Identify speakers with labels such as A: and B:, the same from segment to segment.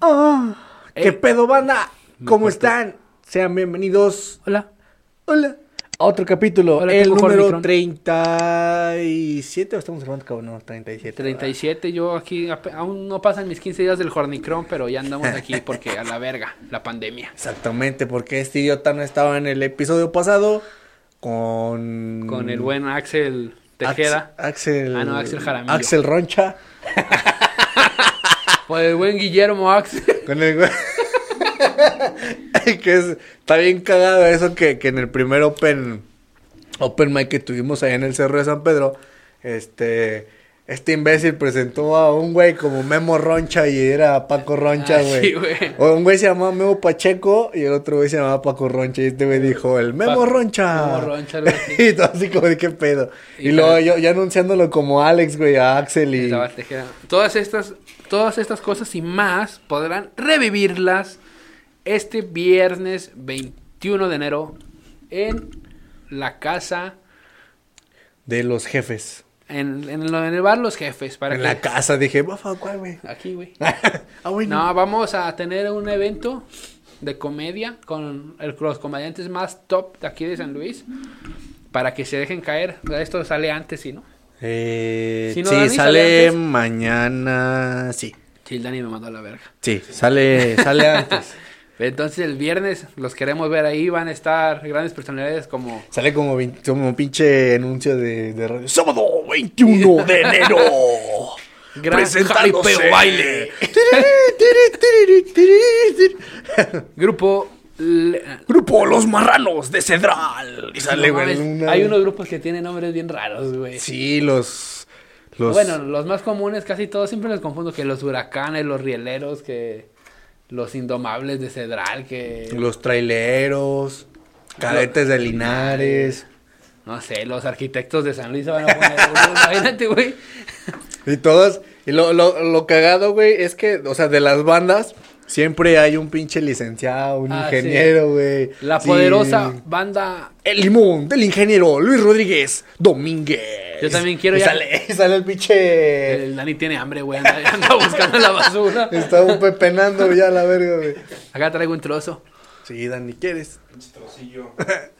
A: Oh, ¿Qué pedo, banda? ¿Cómo están? Sean bienvenidos.
B: Hola.
A: Hola. A otro capítulo.
B: Hola,
A: el
B: tengo
A: número
B: Hormicron.
A: 37. ¿O estamos grabando, cabrón? No, 37.
B: 37, yo aquí ap- aún no pasan mis 15 días del Jornicrón, pero ya andamos aquí porque a la verga, la pandemia.
A: Exactamente, porque este idiota no estaba en el episodio pasado con.
B: Con el buen Axel Tejeda,
A: Ax- Axel.
B: Ah, no, Axel Jaramillo.
A: Axel Roncha.
B: con el buen Guillermo Axel.
A: Con el güey. que es, está bien cagado eso que, que en el primer open, open mic que tuvimos allá en el Cerro de San Pedro, este, este imbécil presentó a un güey como Memo Roncha y era Paco Roncha,
B: Ah,
A: güey.
B: sí, güey.
A: O un güey se llamaba Memo Pacheco y el otro güey se llamaba Paco Roncha y este güey dijo, el Memo
B: Paco-
A: Roncha.
B: Memo Roncha, algo así.
A: y todo así como de qué pedo. Y,
B: Y
A: luego
B: tal.
A: yo, yo anunciándolo como Alex, güey, a Axel y...
B: Estaba Tejeda. Todas estas, todas estas cosas y más podrán revivirlas este viernes 21 de enero en la casa,
A: De los jefes.
B: en, en, lo- en el bar Los Jefes. Para
A: En
B: que-
A: la casa dije, bafa, ¿cuál, güey?
B: Aquí, güey.
A: ah, bueno.
B: No, vamos a tener un evento de comedia con el- los comediantes más top de aquí de San Luis para que se dejen caer. Esto sale antes, ¿sí, no?
A: Eh,
B: Si no,
A: sí,
B: Dani,
A: sale
B: sale antes.
A: mañana. Sí,
B: Sí, el Dani me mandó a la verga.
A: sí, sale, sale antes.
B: Entonces el viernes los queremos ver ahí. Van a estar grandes personalidades como...
A: Sale como, vein- como un pinche anuncio de, de radio. Sábado 21 de enero.
B: Gran
A: presentándose
B: jaripeo,
A: baile.
B: baile. Grupo... Le-
A: Grupo Los Marranos de Cedral. Y sale,
B: No
A: güey.
B: mames,
A: una-
B: Hay unos grupos que tienen nombres bien raros, güey.
A: Sí, los. los...
B: Bueno, los más comunes casi todos siempre los confundo que los huracanes, los rieleros, que los indomables de Cedral, que
A: Los traileros, cadetes de Linares.
B: no sé, los arquitectos de San Luis se van a poner uno, imagínate, güey.
A: Y todas, y lo, lo, lo cagado, güey, es que, o sea, de las bandas, siempre hay un pinche licenciado, un
B: Ah, sí.
A: ingeniero, güey.
B: La
A: Sí.
B: poderosa banda
A: El limón del ingeniero Luis Rodríguez Domínguez.
B: Yo también quiero
A: Y
B: ya-
A: Sale, y sale el pinche...
B: el Dani tiene hambre, güey, anda, anda buscando la basura.
A: Está un pepenando ya la verga, güey.
B: Acá traigo un trozo.
A: Sí, Dani, ¿quieres?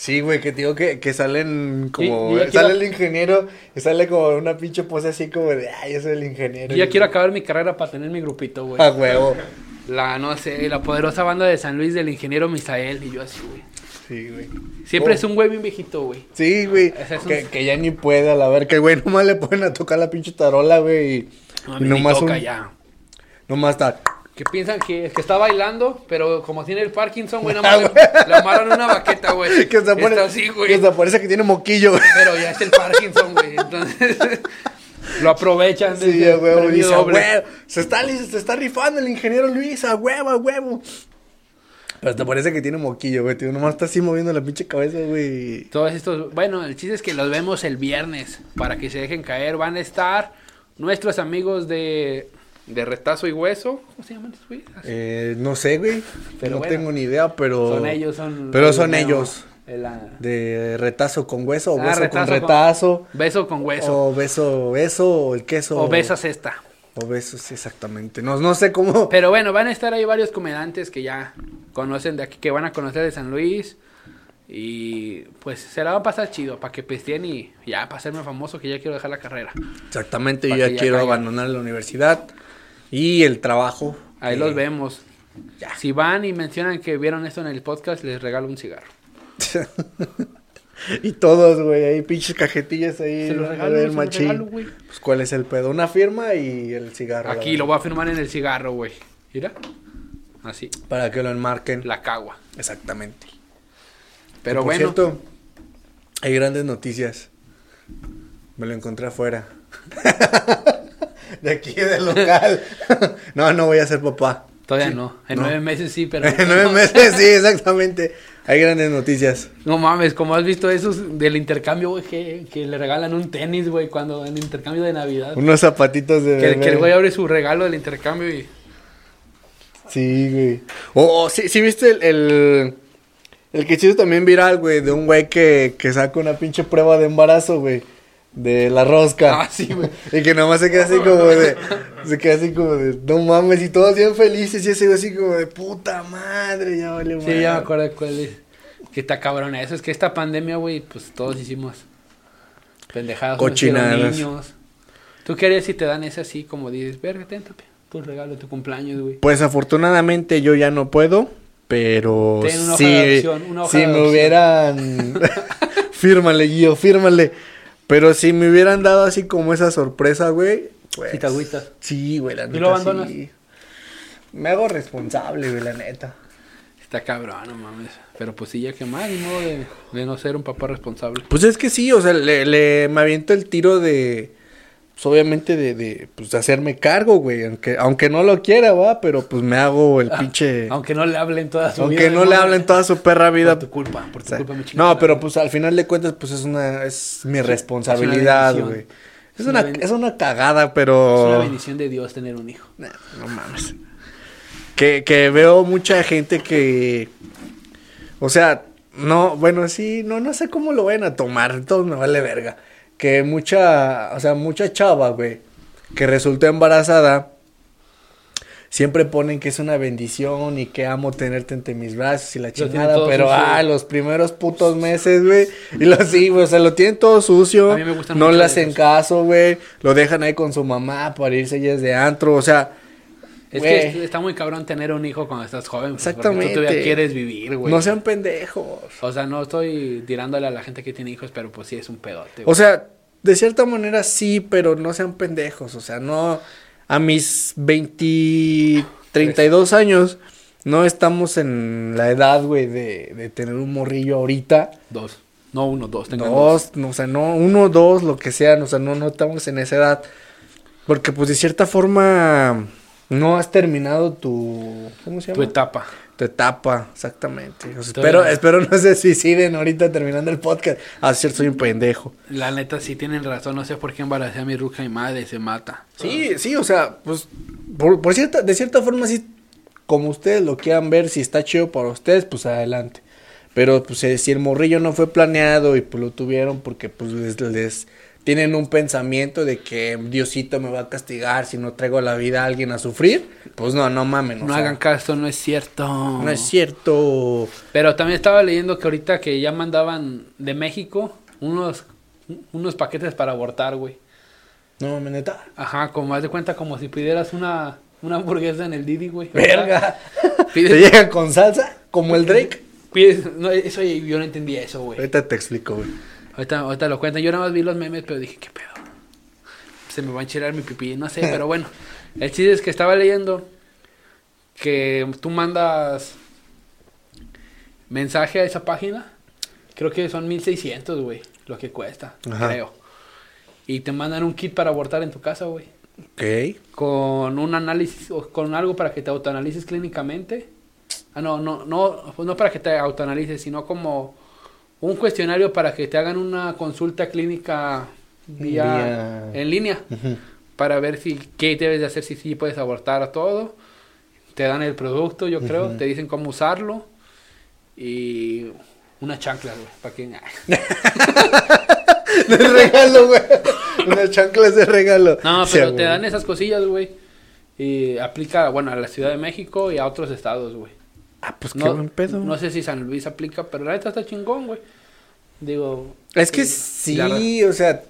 A: Sí, güey, que te digo que, que salen como...
B: Y- y
A: sale
B: ya quiero-
A: el ingeniero y sale como una pinche pose así como de... Ay, yo soy el ingeniero.
B: Yo ya quiero acabar mi carrera para tener mi grupito, güey.
A: A huevo.
B: La, no sé, la poderosa banda de San Luis del ingeniero Misael y yo así, güey.
A: Sí, güey.
B: Siempre
A: Oh.
B: es un güey bien viejito, güey.
A: Sí, güey.
B: Ese es un-
A: Que, que ya ni puede, a la ver, que güey, nomás le ponen a tocar la pinche tarola, güey. Y,
B: No,
A: y
B: ni
A: nomás
B: toca
A: un-
B: ya.
A: Nomás está.
B: Que piensan que, que está bailando, pero como tiene el Parkinson, güey, nada más le, le amarran una baqueta, güey.
A: Que se pone.
B: Está así, güey.
A: Que hasta parece que tiene moquillo, güey.
B: Pero ya es el Parkinson, güey. Entonces, lo aprovechan.
A: Sí,
B: desde
A: a huevo,
B: premio
A: dice, a
B: doble.
A: huevo. Se está, li- se está rifando el ingeniero Luis, a huevo, a huevo. Pero te parece que tiene moquillo, güey. Tío, nomás está así moviendo la pinche cabeza, güey.
B: Todos estos, bueno, el chiste es que los vemos el viernes para que se dejen caer. Van a estar nuestros amigos de, de Retazo y Hueso. ¿Cómo se llaman esos güeyes?
A: Eh, no sé, güey.
B: Pero
A: no
B: bueno.
A: tengo ni idea, pero.
B: Son ellos, son.
A: Oh. Pero son
B: nuevo-
A: ellos.
B: el, ah,
A: De retazo con hueso, o
B: ah,
A: hueso
B: retazo
A: con retazo. Oh,
B: beso con hueso.
A: O beso, beso, o el queso.
B: o besas esta.
A: O besos, exactamente. No, no sé cómo.
B: Pero bueno, van a estar ahí varios comediantes que ya conocen de aquí, que van a conocer de San Luis. Y pues se la van a pasar chido para que pesteen y ya, para hacerme famoso que ya quiero dejar la carrera.
A: Exactamente, yo
B: Para
A: ya
B: que ya
A: quiero
B: caiga.
A: abandonar la universidad y el trabajo.
B: Ahí
A: Eh,
B: los vemos.
A: ya.
B: Si van y mencionan que vieron esto en el podcast, les regalo un cigarro.
A: Y todos, güey, ahí pinches cajetillas ahí.
B: Se
A: van
B: los
A: Eh, a
B: regalo,
A: ver
B: se los
A: machín.
B: regalo, güey.
A: Pues cuál es el pedo, una firma y el cigarro.
B: Aquí lo voy a firmar en el cigarro, güey. Mira. Así,
A: a... Para que lo enmarquen.
B: la cagua.
A: Exactamente.
B: Pero
A: Por
B: bueno,
A: cierto, hay grandes noticias. Me lo encontré afuera. de aquí, del local. no, no voy a ser papá.
B: todavía no. En
A: no.
B: nueve meses sí, pero...
A: En nueve meses, sí, exactamente. Hay grandes noticias.
B: No mames, como has visto esos del intercambio, güey, que, que le regalan un tenis, güey, cuando en el intercambio de Navidad.
A: Unos zapatitos de
B: Que,
A: bebé.
B: que el güey abre su regalo del intercambio y...
A: Sí, güey. O o, sí, sí viste el, el, el que se hizo también viral, güey, de un güey que, que saca una pinche prueba de embarazo, güey. de la rosca.
B: Ah, sí, güey.
A: Y que nomás se queda así como de. Se queda así como de. No mames, y todos bien felices. Y ese güey así como de puta madre, ya vale,
B: Sí,
A: madre".
B: ya me acuerdo de cuál es. Que está cabrón eso. Es que esta pandemia, güey, pues todos hicimos pendejadas. unos hicieron
A: Cochinadas.
B: Niños. ¿Tú qué harías si te dan ese así como dices, verga, ten tu, tu regalo de tu cumpleaños, güey?
A: Pues afortunadamente yo ya no puedo. Pero
B: Ten una hoja
A: si,
B: de adopción, una hoja
A: si
B: de
A: me
B: adopción.
A: hubieran. fírmale, Guío, fírmale. Pero si me hubieran dado así como esa sorpresa, güey. Pues,
B: Si te agüitas.
A: Sí, güey, la neta.
B: lo abandonas?
A: sí. Me hago responsable, güey, la neta.
B: Está cabrón, no mames. Pero pues sí, ya que más, ni modo de, de no ser un papá responsable.
A: Pues es que sí, o sea, le, le- me aviento el tiro de, pues obviamente de, de, pues de hacerme cargo, güey, aunque, aunque no lo quiera, va, pero pues me hago el pinche, aunque,
B: Ah, Aunque no le hablen toda su vida.
A: no
B: ni
A: le
B: modo.
A: hablen toda su perra vida.
B: Por tu culpa, por
A: o
B: tu
A: sea,
B: culpa me chingas
A: no,
B: la
A: pero
B: vida.
A: pues al final de cuentas, pues es una, es mi responsabilidad,
B: bendición.
A: güey. Es
B: Es
A: una,
B: una ben-
A: es una cagada,
B: Es una
A: pero...
B: bendición de Dios tener un hijo.
A: Nah, no mames. Que, que veo mucha gente que. O sea, no, bueno, sí, no, no sé cómo lo van a tomar, entonces me vale verga. Que mucha, o sea, mucha chava, güey, que resultó embarazada, siempre ponen que es una bendición y que amo tenerte entre mis brazos y la
B: tienen
A: chingada,
B: todo
A: pero,
B: sucio.
A: ah, los primeros putos meses, güey, y lo sí, güey, o sea, lo tienen todo sucio,
B: A mí me gustan
A: no
B: mucho
A: le
B: de
A: hacen
B: esos.
A: caso, güey, lo dejan ahí con su mamá para irse ellas de antro, o sea,
B: Es
A: Güey.
B: que está muy cabrón tener un hijo cuando estás joven. pues, porque
A: Exactamente.
B: Tú todavía quieres vivir, güey.
A: No sean pendejos.
B: O sea, no estoy tirándole a la gente que tiene hijos, pero pues sí es un pedote.
A: O
B: güey.
A: sea, de cierta manera sí, pero no sean pendejos. O sea, no. A mis 20, 32 años, no estamos en la edad, güey, de, de tener un morrillo ahorita.
B: dos. No uno, dos. Tengan dos.
A: Dos, no, o sea, no, uno, dos, lo que sean. O sea, no, no estamos en esa edad. Porque, pues, de cierta forma, no has terminado tu. ¿Cómo se
B: Tu
A: llama?
B: etapa.
A: Tu etapa, exactamente. O sea,
B: Todo.
A: espero, espero no se suiciden ahorita terminando el podcast. A ser soy un pendejo.
B: La neta, sí tienen razón. No sé por qué embaracé a mi ruca y madre se mata.
A: Sí, sí, o sea, pues, por, por cierta, de cierta forma, sí, como ustedes lo quieran ver, si está chido para ustedes, pues adelante. Pero, pues, eh, si el morrillo no fue planeado y pues lo tuvieron porque, pues, les, les tienen un pensamiento de que Diosito me va a castigar si no traigo a la vida a alguien a sufrir, pues no, no mamen. o
B: No
A: sea,
B: hagan caso, no es cierto.
A: No es cierto.
B: Pero también estaba leyendo que ahorita que ya mandaban de México unos, unos paquetes para abortar, güey.
A: No, me neta.
B: Ajá, como haz de cuenta como si pidieras una, una hamburguesa en el Didi, güey.
A: Verga.
B: Pide-
A: Te llegan con salsa, como el Drake.
B: Pides- no, eso yo no entendía eso, güey.
A: Ahorita te explico, güey.
B: Ahorita, ahorita lo cuentan. Yo nada más vi los memes, pero dije, ¿qué pedo? Se me va a enchilar mi pipí, no sé, pero bueno. El chiste es que estaba leyendo que tú mandas mensaje a esa página. Creo que son 1600, güey, lo que cuesta,
A: Ajá.
B: creo. Y te mandan un kit para abortar en tu casa, güey.
A: Ok.
B: Con un análisis, o con algo para que te autoanalices clínicamente. Ah, no, no, no, pues no para que te autoanalices, sino como un cuestionario para que te hagan una consulta clínica vía,
A: Vía-
B: en línea para ver si qué debes de hacer, si sí puedes abortar todo. Te dan el producto, yo creo,
A: Ujú.
B: te dicen cómo usarlo y una chancla, güey, para que ah.
A: De regalo, güey. Unas chanclas de regalo.
B: No,
A: Sí,
B: pero
A: güey.
B: te dan esas cosillas, güey. Y aplica, bueno, a la Ciudad de México y a otros estados, güey.
A: Ah, pues
B: no,
A: qué buen pedo.
B: No sé si San Luis aplica, pero la neta está chingón, güey. Digo.
A: es que
B: y- y la verdad,
A: sí, o sea,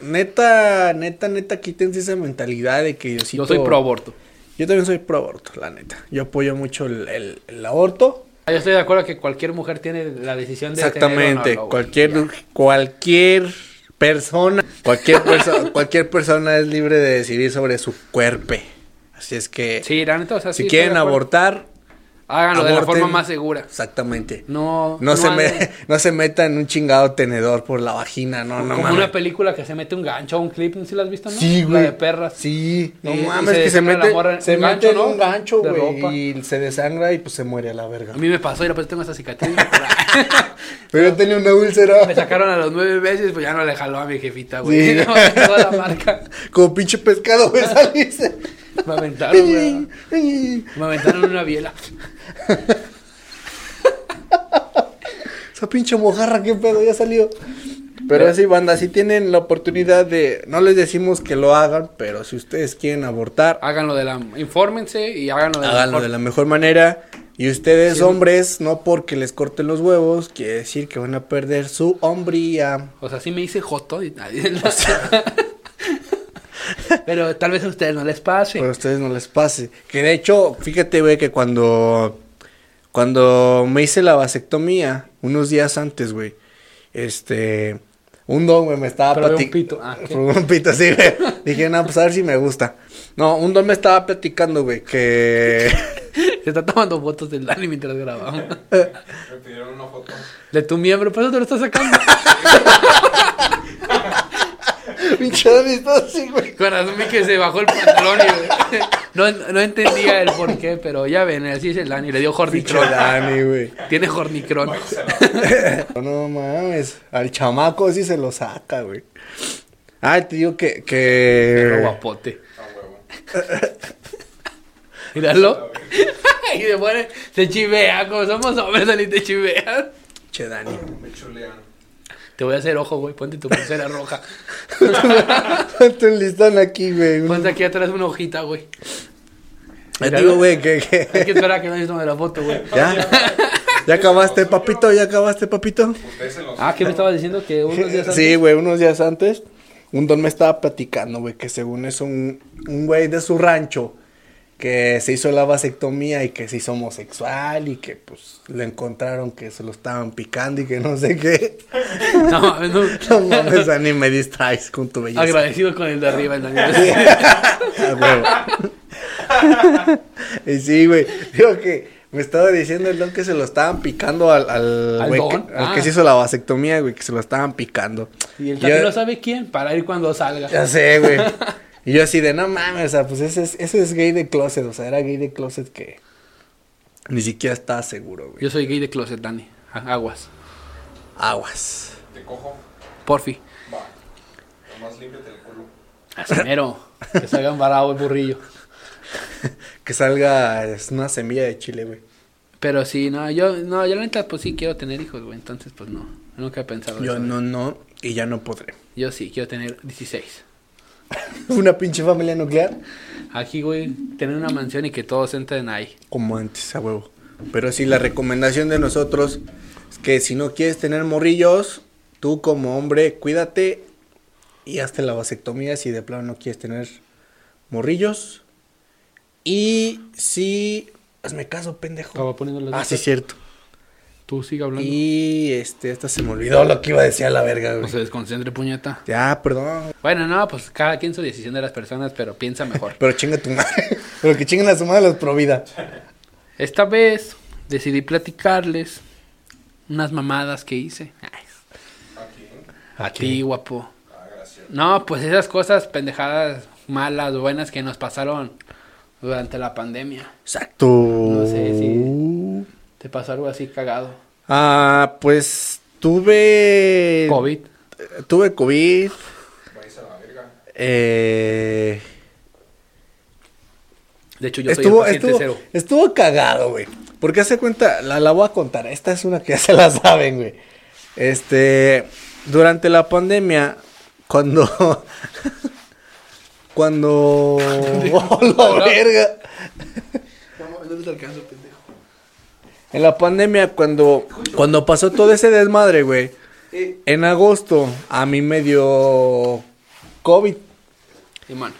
A: neta, neta, neta, quítense esa mentalidad de que Diosito.
B: yo soy pro aborto.
A: Yo también soy pro aborto, la neta. Yo apoyo mucho el, el- el aborto.
B: Ah, Yo estoy de acuerdo que cualquier mujer tiene la decisión de. tener o no
A: Exactamente.
B: lo, güey.
A: cualquier,
B: Ya.
A: cualquier persona, cualquier persona, cualquier persona es libre de decidir sobre su cuerpo. Así es que,
B: Sí, la neta, o sea, sí
A: si
B: estoy de
A: quieren
B: acuerdo.
A: abortar,
B: Háganlo de la
A: aborten.
B: forma más segura.
A: exactamente.
B: No,
A: No, se
B: anden
A: me, no se meta en un chingado tenedor por la vagina, no, no
B: como
A: mames.
B: una película que se mete un gancho a un clip, ¿no? ¿Sí la has visto, no?
A: Sí, güey.
B: La de perras.
A: Sí, no
B: Y- y
A: mames,
B: se
A: que se
B: desangra la
A: mete,
B: morra en
A: se
B: un
A: mete
B: gancho,
A: en
B: ¿no?
A: un gancho,
B: De ropa.
A: güey, y se desangra y pues se muere a la verga.
B: A mí me pasó y después tengo esa cicatriz.
A: Pero yo tenía una úlcera.
B: me sacaron a los nueve veces, pues ya no le jaló a mi jefita, güey.
A: Sí.
B: No, toda la marca.
A: Como pinche pescado, güey, salirse.
B: Me aventaron, güey. Me aventaron una biela.
A: Esa pinche mojarra, qué pedo, ya salió. Pero así, banda, si tienen la oportunidad de. No les decimos que lo hagan, pero si ustedes quieren abortar,
B: Háganlo de la. Infórmense y háganlo de la.
A: háganlo
B: mejor-
A: de la mejor manera. Y ustedes,
B: Sí.
A: hombres, no porque les corten los huevos, quiere decir que van a perder su hombría.
B: O sea, sí me hice joto y nadie. Pero tal vez a ustedes no les pase.
A: Pero a ustedes no les pase. Que de hecho, fíjate, güey, que cuando. Cuando me hice la vasectomía, unos días antes, güey, este. Un don, güey, me estaba
B: Probé un
A: platic-
B: pito. Ah, ¿qué?
A: Probé un pito, sí, güey. Dije, no, pues a ver si me gusta. No, un don me estaba platicando, güey, que.
B: Se está tomando fotos del Dani mientras grabamos.
C: Me pidieron una foto.
B: De tu miembro, por eso te lo estás sacando.
A: Pinche don está así, güey.
B: Corazón que se bajó el pantalón y no, no entendía el por qué, pero ya ven, así es el Dani, le dio
A: Pinche
B: jornicrón.
A: Dani, güey.
B: Tiene jornicrón.
A: No mames, al chamaco sí se lo saca, güey. Ay, te digo que. que...
B: Pero guapote.
C: A huevo.
B: Míralo. y se pone, se chivea, como somos hombres, Dani, te chiveas.
A: Che, Dani.
C: Me chulean.
B: Te voy a hacer ojo, güey, ponte tu pulsera roja.
A: Ponte un listón aquí, güey. Un-
B: Ponte aquí atrás una hojita, güey.
A: Te digo, güey, que, que-
B: Hay que esperar a que Dani tome la foto, güey.
A: Ya. ¿Ya acabaste, papito? ¿Ya acabaste, papito?
C: Ustedes se los.
B: Ah, ¿qué me estabas diciendo? Que unos días antes...
A: Sí, güey, unos días antes, un don me estaba platicando, güey, que según es un, un güey de su rancho que se hizo la vasectomía y que se hizo homosexual y que, pues, le encontraron que se lo estaban picando y que no sé qué.
B: No, mames, no.
A: No mames, Dani, me distraes con tu belleza.
B: Agradecido con el de arriba, el Dani.
A: A Ah, huevo. y sí, güey. Digo que me estaba diciendo el don que se lo estaban picando al, al,
B: ¿Al
A: güey
B: don?
A: que, al que
B: Ah.
A: se hizo la vasectomía, güey, que se lo estaban picando.
B: Y el
A: Yo-
B: Tati no sabe quién para ir cuando salga.
A: Ya sé, güey. Y yo así de, no mames, o sea, pues ese es, ese es gay de closet, o sea, era gay de closet que ni siquiera estaba seguro, güey.
B: Yo soy gay de closet, Dani. A- Aguas.
A: Aguas.
C: Te cojo.
B: Porfi.
C: Va. Nomás límpiate el culo.
B: Así mero. Que salga embarado el burrillo.
A: Que salga es una semilla de chile, güey.
B: Pero sí, no, yo, no, yo la neta, pues sí quiero tener hijos, güey. Entonces, pues no. Nunca he pensado
A: Yo
B: eso,
A: no,
B: güey.
A: no, y ya no podré.
B: Yo sí, quiero tener 16.
A: Una pinche familia nuclear.
B: Aquí, güey, tener una mansión y que todos entren ahí.
A: Como antes, a huevo. Pero sí, la recomendación de nosotros es que si no quieres tener morrillos, tú como hombre, cuídate y hazte la vasectomía si de plano no quieres tener morrillos. Y si... Hazme caso, pendejo.
B: Acaba poniendo las
A: Ah, sí,
B: notas.
A: cierto.
B: Tú sigue hablando.
A: Y este, esta se me olvidó lo que iba a decir a la verga,
B: No
A: güey.
B: se desconcentre, puñeta.
A: Ya, perdón.
B: Bueno, no, pues cada quien su decisión de las personas, pero piensa mejor.
A: Pero chinga tu madre. Pero que chinguen la suma de los pro vida.
B: Esta vez decidí platicarles unas mamadas que hice. Ay,
C: ¿A quién?
B: A ti, guapo.
C: Ah, gracias.
B: No, pues esas cosas pendejadas, malas, buenas que nos pasaron durante la pandemia.
A: Exacto. No
B: sé, sí. ¿Te pasó algo así cagado?
A: Ah, pues tuve.
B: COVID.
A: eh, Tuve COVID.
C: Vais a la verga.
A: eh,
B: De hecho, yo
A: estuvo,
B: soy el paciente
A: estuvo,
B: cero.
A: estuvo cagado, güey. Porque hace cuenta, la, la voy a contar. Esta es una que ya se la saben, güey. Este, durante la pandemia, cuando. cuando. ¡Oh, la verga!
B: No, te alcanzo, pendejo.
A: En la pandemia, cuando, cuando pasó todo ese desmadre, güey.
C: Eh,
A: En agosto, a mí me dio COVID.
B: Y man,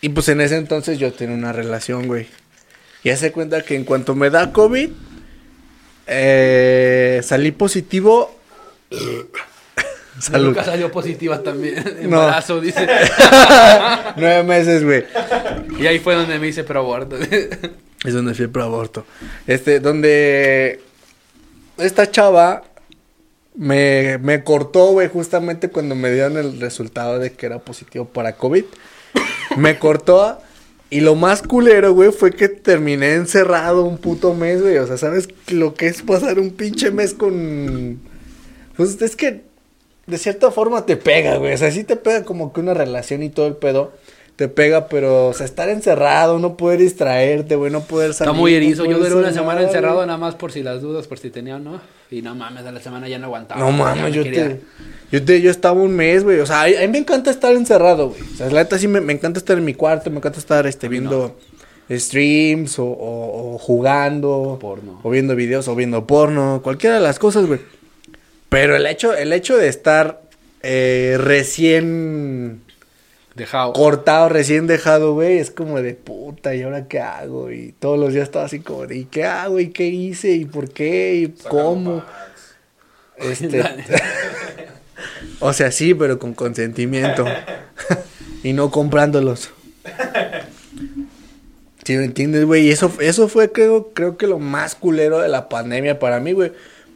A: Y pues en ese entonces yo tenía una relación, güey. Y hace cuenta que en cuanto me da COVID, eh, salí positivo. Salud.
B: nunca salió positiva también.
A: No.
B: Embarazo, dice.
A: Nueve meses, güey.
B: Y ahí fue donde me hice pro aborto.
A: Es donde fui pro aborto. Este, donde esta chava me, me cortó, güey, justamente cuando me dieron el resultado de que era positivo para COVID. me cortó y lo más culero, güey, fue que terminé encerrado un puto mes, güey. O sea, ¿sabes lo que es pasar un pinche mes con... Pues es que de cierta forma te pega, güey. O sea, sí te pega como que una relación y todo el pedo. Te pega, pero, o sea, estar encerrado, no poder distraerte, güey, no poder salir.
B: Está muy
A: no
B: erizo. Yo
A: poder
B: duré una
A: hacer
B: semana
A: nada,
B: encerrado
A: güey.
B: nada más por si las dudas, por si tenía, ¿no? Y no mames, a la semana ya no aguantaba.
A: No
B: güey, ya
A: mames,
B: me
A: yo
B: quería-
A: te, yo te- yo estaba un mes, güey. O sea, a, a mí me encanta estar encerrado, güey. O sea, la neta sí me, me encanta estar en mi cuarto, me encanta estar este, viendo streams o, o- o jugando.
B: Porno.
A: O viendo videos o viendo porno. Cualquiera de las cosas, güey. Pero el hecho, el hecho de estar eh, recién
B: Dejado.
A: cortado, recién dejado, güey, es como de puta, ¿y ahora qué hago? Y todos los días estaba así como de, ¿y qué hago? ¿Y qué hice? ¿Y por qué? ¿Y cómo? Este, o sea, sí, pero con consentimiento. y no comprándolos. ¿Sí me entiendes, güey? Y eso, eso fue, creo, creo que lo más culero de la pandemia para mí, güey.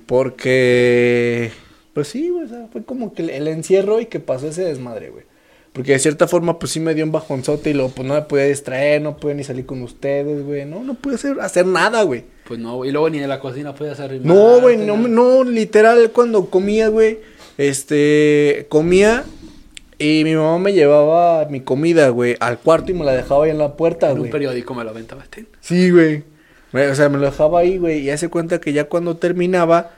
A: Porque, pues sí, güey, o sea, fue como que el, el encierro y que pasó ese desmadre, güey. Porque de cierta forma, pues sí me dio un bajonzote y luego, pues no me podía distraer, no pude ni salir con ustedes, güey. No, no pude hacer, hacer nada, güey.
B: Pues no, güey. Y luego ni de la cocina podías arrimar.
A: No, güey, no, no, literal, cuando comía, güey, este, comía y mi mamá me llevaba mi comida, güey, al cuarto y me la dejaba ahí en la puerta,
B: En un
A: güey.
B: periódico me lo aventaba. tin.
A: Sí, güey. Me- O sea, me lo dejaba ahí, güey, y hace cuenta que ya cuando terminaba,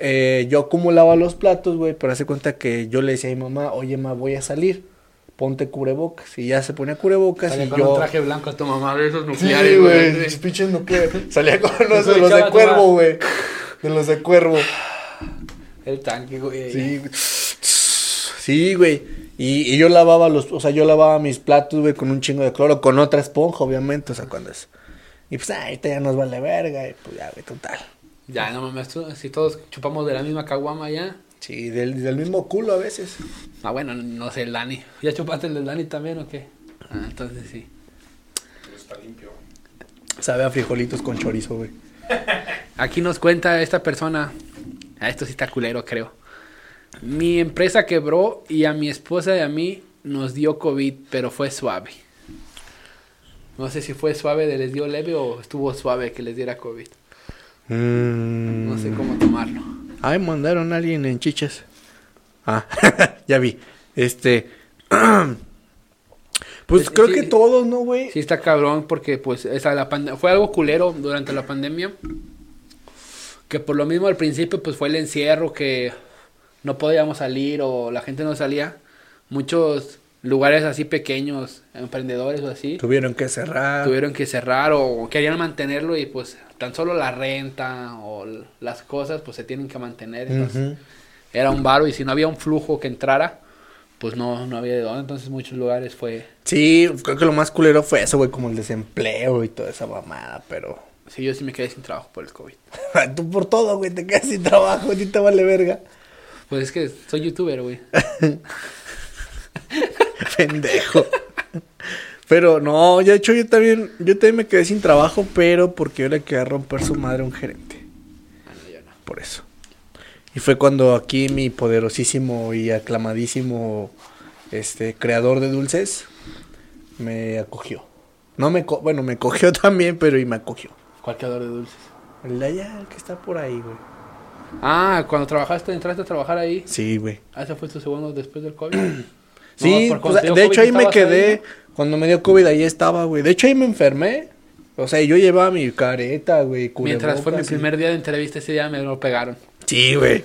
A: eh, yo acumulaba los platos, güey, pero hace cuenta que yo le decía a mi mamá, oye, ma, voy a salir, ponte cubrebocas. Y ya se ponía cubrebocas
B: Salía
A: y
B: con
A: yo...
B: un traje blanco a tu mamá de esos
A: Sí,
B: nucleares,
A: güey.
B: güey.
A: mis pinches nucleares. Salía con unos
B: Se
A: de los
B: echaba
A: de
B: a
A: cuervo,
B: tomar.
A: güey. De los de cuervo.
B: El tanque, güey.
A: Sí, güey. Sí, güey. Y, y yo lavaba los, o sea, yo lavaba mis platos, güey, con un chingo de cloro, con otra esponja, obviamente, o sea, cuando es. Y pues, ah, ahorita ya nos vale verga, y pues ya, güey, total.
B: Ya, no mames, tú- si todos chupamos de la misma caguama ya.
A: Sí, del, del mismo culo a veces.
B: Ah, bueno, no sé, el Dani. ¿Ya chupaste el del Dani también o qué? Ah, entonces sí.
C: Pero está limpio.
A: Sabe a frijolitos con chorizo, güey.
B: Aquí nos cuenta esta persona. A esto sí está culero, creo. Mi empresa quebró y a mi esposa y a mí nos dio COVID, pero fue suave. No sé si fue suave de les dio leve o estuvo suave que les diera COVID. No sé cómo tomarlo.
A: Mm, Ay, mandaron a alguien en chichas. Ah, ya vi. Este. pues
B: Pues,
A: creo
B: sí,
A: que todos, ¿no, güey?
B: Sí está cabrón porque pues esa, la pande- fue algo culero durante la pandemia. Que por lo mismo al principio pues fue el encierro que no podíamos salir o la gente no salía. Muchos lugares así pequeños, emprendedores o así,
A: Tuvieron que cerrar.
B: tuvieron que cerrar o querían mantenerlo y pues tan solo la renta o l- las cosas pues se tienen que mantener. Entonces,
A: Ujú.
B: Era un varo y si no había un flujo que entrara, pues no, no había de dónde. Entonces muchos lugares fue...
A: Sí, creo que lo más culero fue eso, güey, como el desempleo y toda esa mamada, pero...
B: Sí, yo sí me quedé sin trabajo por el COVID.
A: Tú por todo, güey, te quedas sin trabajo, a ti te vale verga.
B: Pues es que soy youtuber, güey.
A: Pendejo. Pero no, ya de hecho yo también, yo también me quedé sin trabajo, pero porque yo le quedé a romper su madre a un gerente,
B: Ah, no, yo no.
A: por eso. Y fue cuando aquí mi poderosísimo y aclamadísimo este creador de dulces me acogió. No me, co- bueno, me cogió también, pero y me acogió.
B: ¿Cuál creador de dulces?
A: El de allá, el que está por ahí, güey.
B: Ah, cuando trabajaste, entraste a trabajar ahí.
A: Sí, güey.
B: Ah, ese fue tu segundo después del COVID. No,
A: Sí,
B: por
A: pues,
B: cuando te dio
A: de
B: COVID
A: hecho ahí me
B: estabas
A: quedé.
B: ahí,
A: Cuando me dio COVID, ahí estaba, güey. De hecho ahí me enfermé. O sea, yo llevaba mi careta, güey.
B: ¿no? Mientras fue mi
A: cubrebocas y-
B: primer día de entrevista, ese día me lo pegaron.
A: Sí, güey.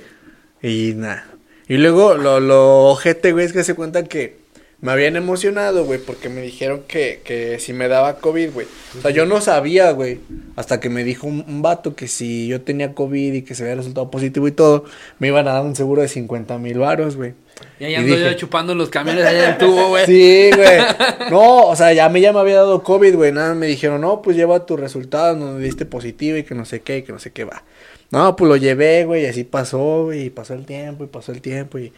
A: Y nada. Y luego lo, lo ojete, güey, es que se cuenta que me habían emocionado, güey, porque me dijeron que, que si me daba COVID, güey. O sea, yo no sabía, güey. Hasta que me dijo un, un vato que si yo tenía COVID y que se había resultado positivo y todo, me iban a dar un seguro de 50 mil varos, güey.
B: Y ahí
A: Y
B: ando
A: dije-
B: yo chupando los camiones allá del tubo, güey.
A: Sí, güey. No, o sea, ya a mí ya me había dado COVID, güey. Nada, me dijeron, no, pues lleva tus resultados, nos diste positivo y que no sé qué, y que no sé qué va. No, pues lo llevé, güey, y así pasó, güey, y pasó el tiempo, y pasó el tiempo, y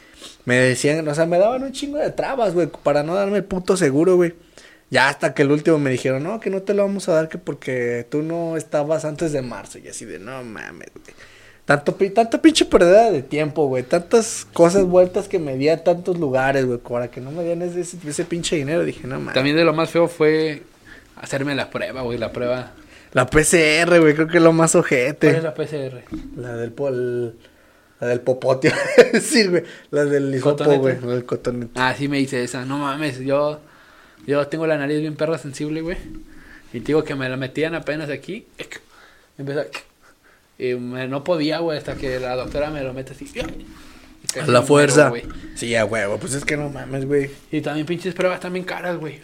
A: me decían, o sea, me daban un chingo de trabas, güey, para no darme el puto seguro, güey. Ya hasta que el último me dijeron, no, que no te lo vamos a dar, que porque tú no estabas antes de marzo, y así de, no mames, güey. Tanto, pi- tanta pinche perdida de tiempo, güey. Tantas cosas vueltas que me di a tantos lugares, güey. Para que no me dieran ese, ese pinche dinero. Dije, no mames.
B: También de lo más feo fue hacerme la prueba, güey, la prueba.
A: La PCR, güey. Creo que es lo más
B: ¿Cuál
A: ojete.
B: es la PCR?
A: La del pol. La del popotio. sí, güey. La del hisopo,
B: Cotonete.
A: güey. La del cotonete.
B: Ah, sí me hice esa. No mames, yo, yo tengo la nariz bien perra sensible, güey. Y te digo que me la metían apenas aquí. Empezó. Y me- no podía, güey, hasta que la doctora me lo mete así. y
A: A
B: casi
A: la
B: me
A: fuerza.
B: muero, güey.
A: sí, a huevo. Pues es que no mames, güey.
B: y también pinches pruebas también caras, güey.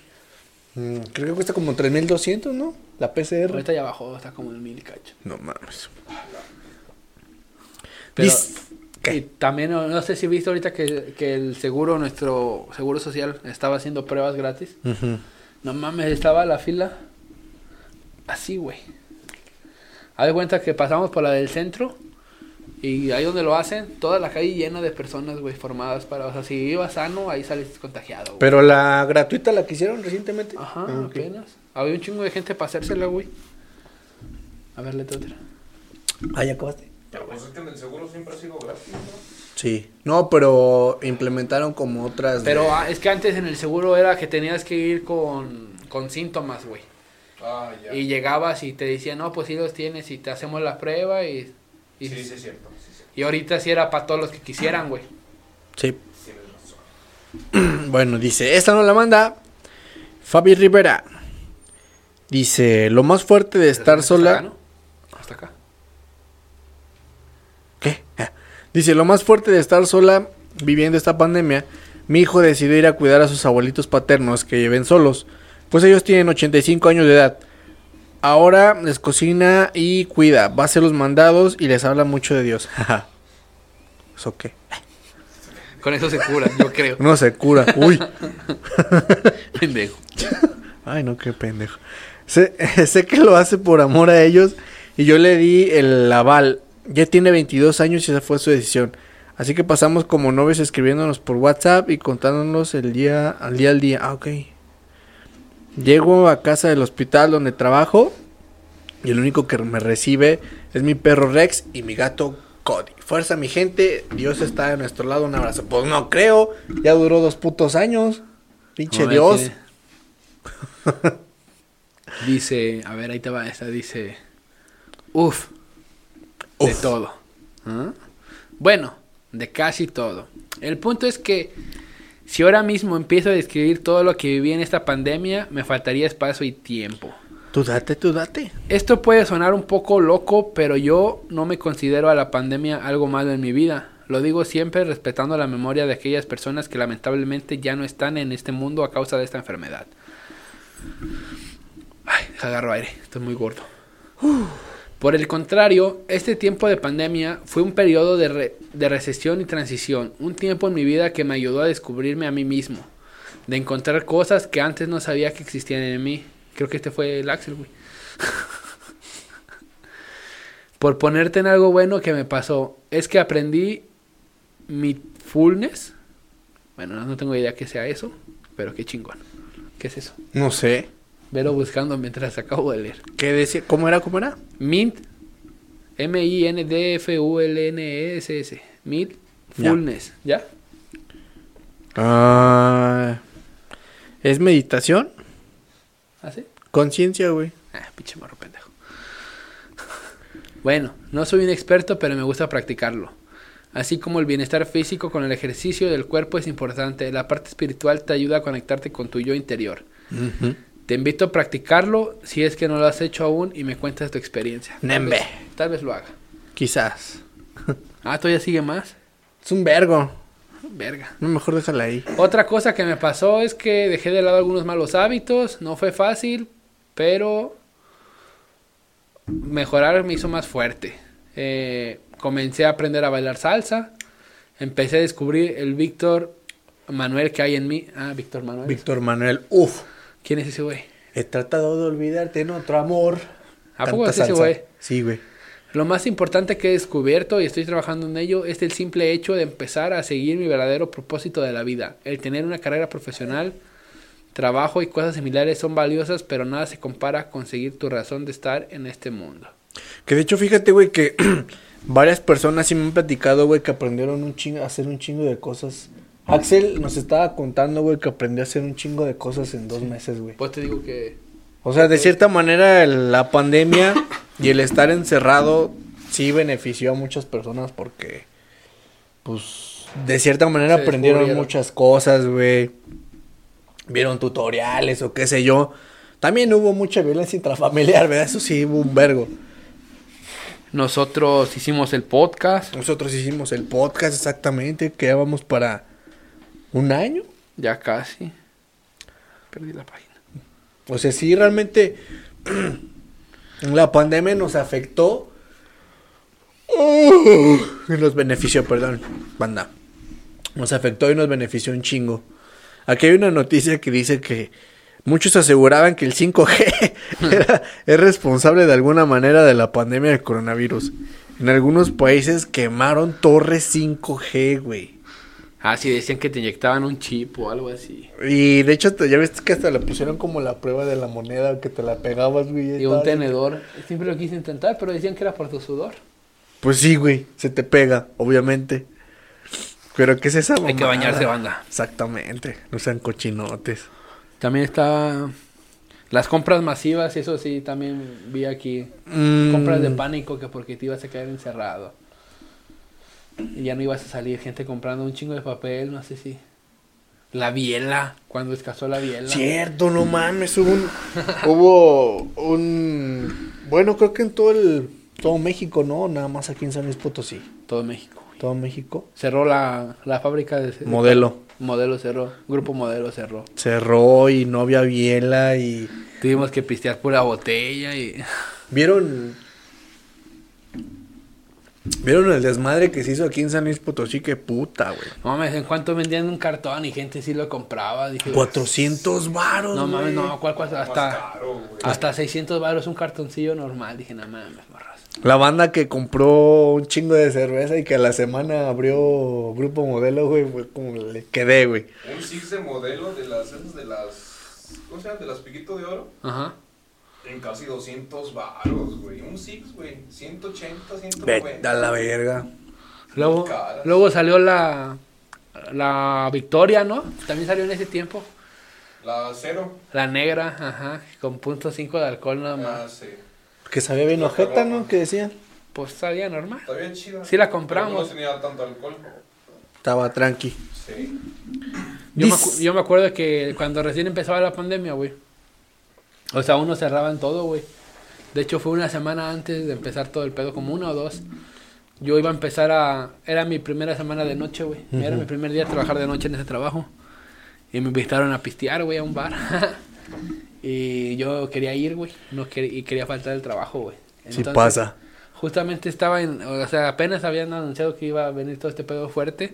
A: Mm, creo que cuesta como 3.200, ¿no? La PCR.
B: Ahorita ya bajó, está como en mil y cacho.
A: No mames.
B: Pero-
A: Dis- ¿Qué?
B: Y también, no, no sé si viste ahorita que, que el seguro, nuestro seguro social, estaba haciendo pruebas gratis.
A: Ujú.
B: No mames, estaba la fila así, güey. Haz de cuenta que pasamos por la del centro y ahí donde lo hacen, toda la calle llena de personas, güey, formadas para... O sea, si ibas sano, ahí saliste contagiado, güey.
A: Pero la gratuita la que hicieron recientemente.
B: Ajá,
A: Ah, ok.
B: apenas. Había un chingo de gente para hacérsela, güey. A ver, lete otra.
A: Ah, ya acabaste.
C: Pero pues es que en el seguro siempre ha sido gratis, ¿no?
A: Sí. No, pero implementaron como otras. de-
B: Pero ah, es que antes en el seguro era que tenías que ir con, con síntomas, güey.
C: Ah, ya.
B: Y llegabas y te decían, no, pues sí los tienes y te hacemos la prueba y... y-
C: Sí, sí, es cierto. Sí, sí.
B: Y ahorita sí era para todos los que quisieran, güey.
A: Sí.
C: Tienes razón.
A: Bueno, dice, esta no la manda Fabi Rivera. Dice, lo más fuerte de estar
B: Hasta
A: sola...
B: acá, ¿no? Hasta acá.
A: ¿Qué? Dice, lo más fuerte de estar sola viviendo esta pandemia, mi hijo decidió ir a cuidar a sus abuelitos paternos que lleven solos, pues ellos tienen 85 años de edad. Ahora les cocina y cuida, va a hacer los mandados y les habla mucho de Dios. Jaja. ¿Eso qué?
B: Con eso se cura, yo creo.
A: Uno se cura. Uy.
B: Pendejo.
A: Ay, no, qué pendejo. Sé, sé que lo hace por amor a ellos y yo le di el aval. Ya tiene 22 años y esa fue su decisión. Así que pasamos como novios escribiéndonos por WhatsApp y contándonos el día al día al día. Ah, ok. Llego a casa del hospital donde trabajo y el único que me recibe es mi perro Rex y mi gato Cody. Fuerza mi gente, Dios está de nuestro lado, un abrazo. Pues no creo, ya duró dos putos años. Pinche
B: A ver,
A: Dios.
B: tiene- este, Dice, a ver, ahí te va esta, dice, uf, de
A: Uf.
B: todo. ¿Ah? Bueno, de casi todo. El punto es que si ahora mismo empiezo a describir todo lo que viví en esta pandemia, me faltaría espacio y tiempo.
A: Tú date, tú date.
B: Esto puede sonar un poco loco, pero yo no me considero a la pandemia algo malo en mi vida. Lo digo siempre respetando la memoria de aquellas personas que lamentablemente ya no están en este mundo a causa de esta enfermedad. Ay, agarro aire, estoy muy gordo. Por el contrario, este tiempo de pandemia fue un periodo de, re- de recesión y transición, un tiempo en mi vida que me ayudó a descubrirme a mí mismo, de encontrar cosas que antes no sabía que existían en mí. Creo que este fue el Axel, güey. Por ponerte en algo bueno que me pasó, es que aprendí mi fullness. Bueno, no tengo idea que sea eso, pero qué chingón. ¿Qué es eso?
A: No sé.
B: Velo buscando mientras acabo de leer.
A: ¿Qué decía? ¿Cómo era? ¿Cómo era?
B: Mint. M-I-N-D-F-U-L-N-E-S-S. E Mint.
A: Ya.
B: Fullness. ¿Ya?
A: Ah, es meditación,
B: ¿Así?
A: conciencia, güey.
B: Ah, pinche morro pendejo. Bueno, no soy un experto, pero me gusta practicarlo. Así como el bienestar físico con el ejercicio del cuerpo es importante, la parte espiritual te ayuda a conectarte con tu yo interior. Te invito a practicarlo si es que no lo has hecho aún y me cuentas tu experiencia. Tal
A: Nembe.
B: vez- tal vez lo haga.
A: Quizás.
B: Ah, todavía sigue más.
A: Es un vergo.
B: Verga.
A: No, mejor déjala ahí.
B: Otra cosa que me pasó es que dejé de lado algunos malos hábitos, no fue fácil, pero mejorar me hizo más fuerte. Eh, comencé a aprender a bailar salsa, empecé a descubrir el Víctor Manuel que hay en mí. Ah, Víctor Manuel.
A: Víctor Manuel, uf.
B: ¿Quién es ese güey?
A: He tratado de olvidarte en otro amor.
B: ¿A poco
A: Canta
B: es ese
A: salsa.
B: güey?
A: Sí, güey.
B: Lo más importante que he descubierto y estoy trabajando en ello es el simple hecho de empezar a seguir mi verdadero propósito de la vida. El tener una carrera profesional, trabajo y cosas similares son valiosas, pero nada se compara a conseguir tu razón de estar en este mundo.
A: Que de hecho, fíjate, güey, que varias personas sí me han platicado, güey, que aprendieron un chingo, a hacer un chingo de cosas. Axel nos estaba contando, güey, que aprendió a hacer un chingo de cosas en dos meses, güey.
B: Pues te digo que
A: O sea, de cierta manera el- la pandemia y el estar encerrado sí benefició a muchas personas porque, pues, de cierta manera
B: Se
A: aprendieron
B: descubrieron.
A: muchas cosas, güey. Vieron tutoriales o qué sé yo. También hubo mucha violencia intrafamiliar, ¿verdad? Eso sí, hubo un vergo.
B: Nosotros hicimos el podcast,
A: Nosotros hicimos el podcast exactamente, que ya vamos para un año.
B: ya casi. Perdí la página.
A: O sea, sí, realmente la pandemia nos afectó. Uh, Y nos benefició, perdón, banda. Nos afectó y nos benefició un chingo. Aquí hay una noticia que dice que muchos aseguraban que el 5G era- es responsable de alguna manera de la pandemia del coronavirus. En algunos países quemaron torres 5G, güey.
B: Ah, sí, decían que te inyectaban un chip o algo así.
A: Y de hecho, te- ya viste que hasta le pusieron como la prueba de la moneda que te la pegabas, güey. ya
B: Y un
A: estabas-
B: tenedor. Siempre lo quise intentar, pero decían que era por tu sudor.
A: Pues sí, güey, se te pega, obviamente. Pero ¿qué es esa
B: Hay que
A: mamada?
B: bañarse, banda.
A: Exactamente, no sean cochinotes.
B: También está las compras masivas, eso sí, también vi aquí.
A: Mm,
B: Compras de pánico que porque te ibas a quedar encerrado. Y ya no ibas a salir, gente comprando un chingo de papel, no sé si. La biela, cuando escasó la biela.
A: Cierto, no mames, hubo un... hubo un... Bueno, creo que en todo el... Todo México, ¿no? Nada más aquí en San Luis Potosí.
B: Todo México. güey.
A: Todo México.
B: Cerró la, la fábrica de... de-
A: Modelo.
B: modelo cerró. Grupo Modelo cerró.
A: Cerró y no había biela y...
B: Tuvimos que pistear pura botella y...
A: ¿Vieron? ¿Vieron el desmadre que se hizo aquí en San Luis Potosí? ¡Qué puta, güey!
B: No mames, en cuanto vendían un cartón y gente sí lo compraba. Dije,
A: 400 varos,
B: No mames,
A: güey.
B: no, ¿cuál, cuál?
C: Más
B: Hasta,
C: caro, güey.
B: hasta 600 baros un cartoncillo normal. Dije, no mames, morras.
A: La banda que compró un chingo de cerveza y que a la semana abrió Grupo Modelo, güey, fue como le quedé, güey.
C: Un six de modelo de las esas de las. ¿Cómo se llama? De las piquito de oro.
B: Ajá.
C: En casi 200 varos, güey. Un six, güey. 180, 190.
A: Vete a la verga.
B: Luego,
C: Caras.
B: luego salió la, la Victoria, ¿no? También salió en ese tiempo.
C: La cero.
B: La negra, ajá, con punto .5 de alcohol nada
C: Ah,
B: más.
C: sí.
A: Que sabía bien ojeta, ¿no? Que decían.
B: Pues sabía normal.
C: Está bien chida.
B: Sí la
C: Pero
B: compramos.
C: No tenía tanto alcohol.
A: Estaba tranqui.
C: Sí.
B: Yo
A: Dis-
B: me, acu- yo me acuerdo que cuando recién empezaba la pandemia, güey. O sea, uno cerraban todo, güey. De hecho, fue una semana antes de empezar todo el pedo, como una o dos. Yo iba a empezar a... Era mi primera semana de noche, güey. Era mi primer día de trabajar de noche en ese trabajo. Y me invitaron a pistear, güey, a un bar. y yo quería ir, güey. No quer- y quería faltar el trabajo, güey.
A: Sí
B: Entonces,
A: pasa.
B: Justamente estaba en, o sea, apenas habían anunciado que iba a venir todo este pedo fuerte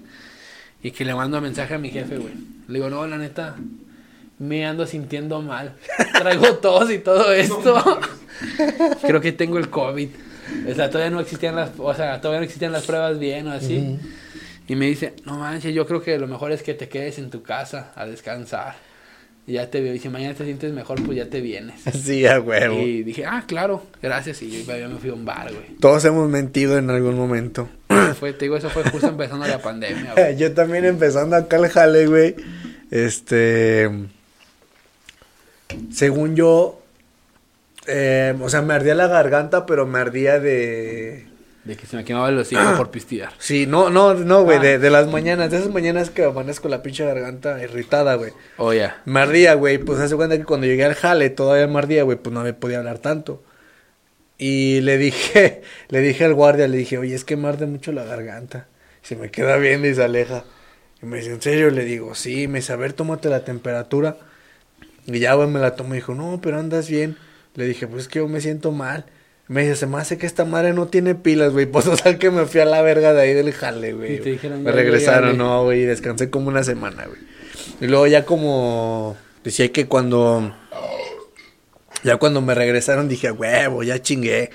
B: y que le mando un mensaje a mi jefe, güey. Le digo, no, la neta, me ando sintiendo mal. Traigo tos y todo esto. Creo que tengo el COVID. O sea, todavía no existían las, o sea, todavía no existían las pruebas bien o así. Y me dice, no manches, yo creo que lo mejor es que te quedes en tu casa a descansar. Y ya te veo. Y si mañana te sientes mejor, pues ya te vienes.
A: Sí, a huevo.
B: Y dije, ah, claro, gracias. Y yo ya me fui a un bar, güey.
A: Todos hemos mentido en algún momento.
B: Fue, te digo, eso fue justo empezando la pandemia, güey.
A: Yo también empezando acá el jale, güey. Este. Según yo. eh, o sea, me ardía la garganta, pero me ardía de.
B: De que se me quemaba el hocico por pistear.
A: Sí, no, no, no, güey,
B: Ah.
A: de, de las mañanas, de esas mañanas que amanezco la pinche garganta irritada, güey.
B: Oh, ya.
A: Me ardía, güey, pues hace cuenta que cuando llegué al jale todavía me ardía, güey, pues no me podía hablar tanto. Y le dije, le dije al guardia, le dije, oye, es que me arde mucho la garganta. Se me queda bien y se aleja. Y me dice, ¿en serio? Le digo, sí, me dice, a ver, tómate la temperatura. Y ya, güey, me la tomó y dijo, no, pero andas bien. Le dije, pues es que yo me siento mal. Me dice, se me hace que esta madre no tiene pilas, güey. Pues total que me fui a la verga de ahí del jale, güey.
B: Y te dijeron,
A: me
B: ya,
A: regresaron,
B: llégale.
A: no, güey, y descansé como una semana, güey. Y luego ya como... Decía que cuando... Ya cuando me regresaron dije, "A huevo, ya chingué.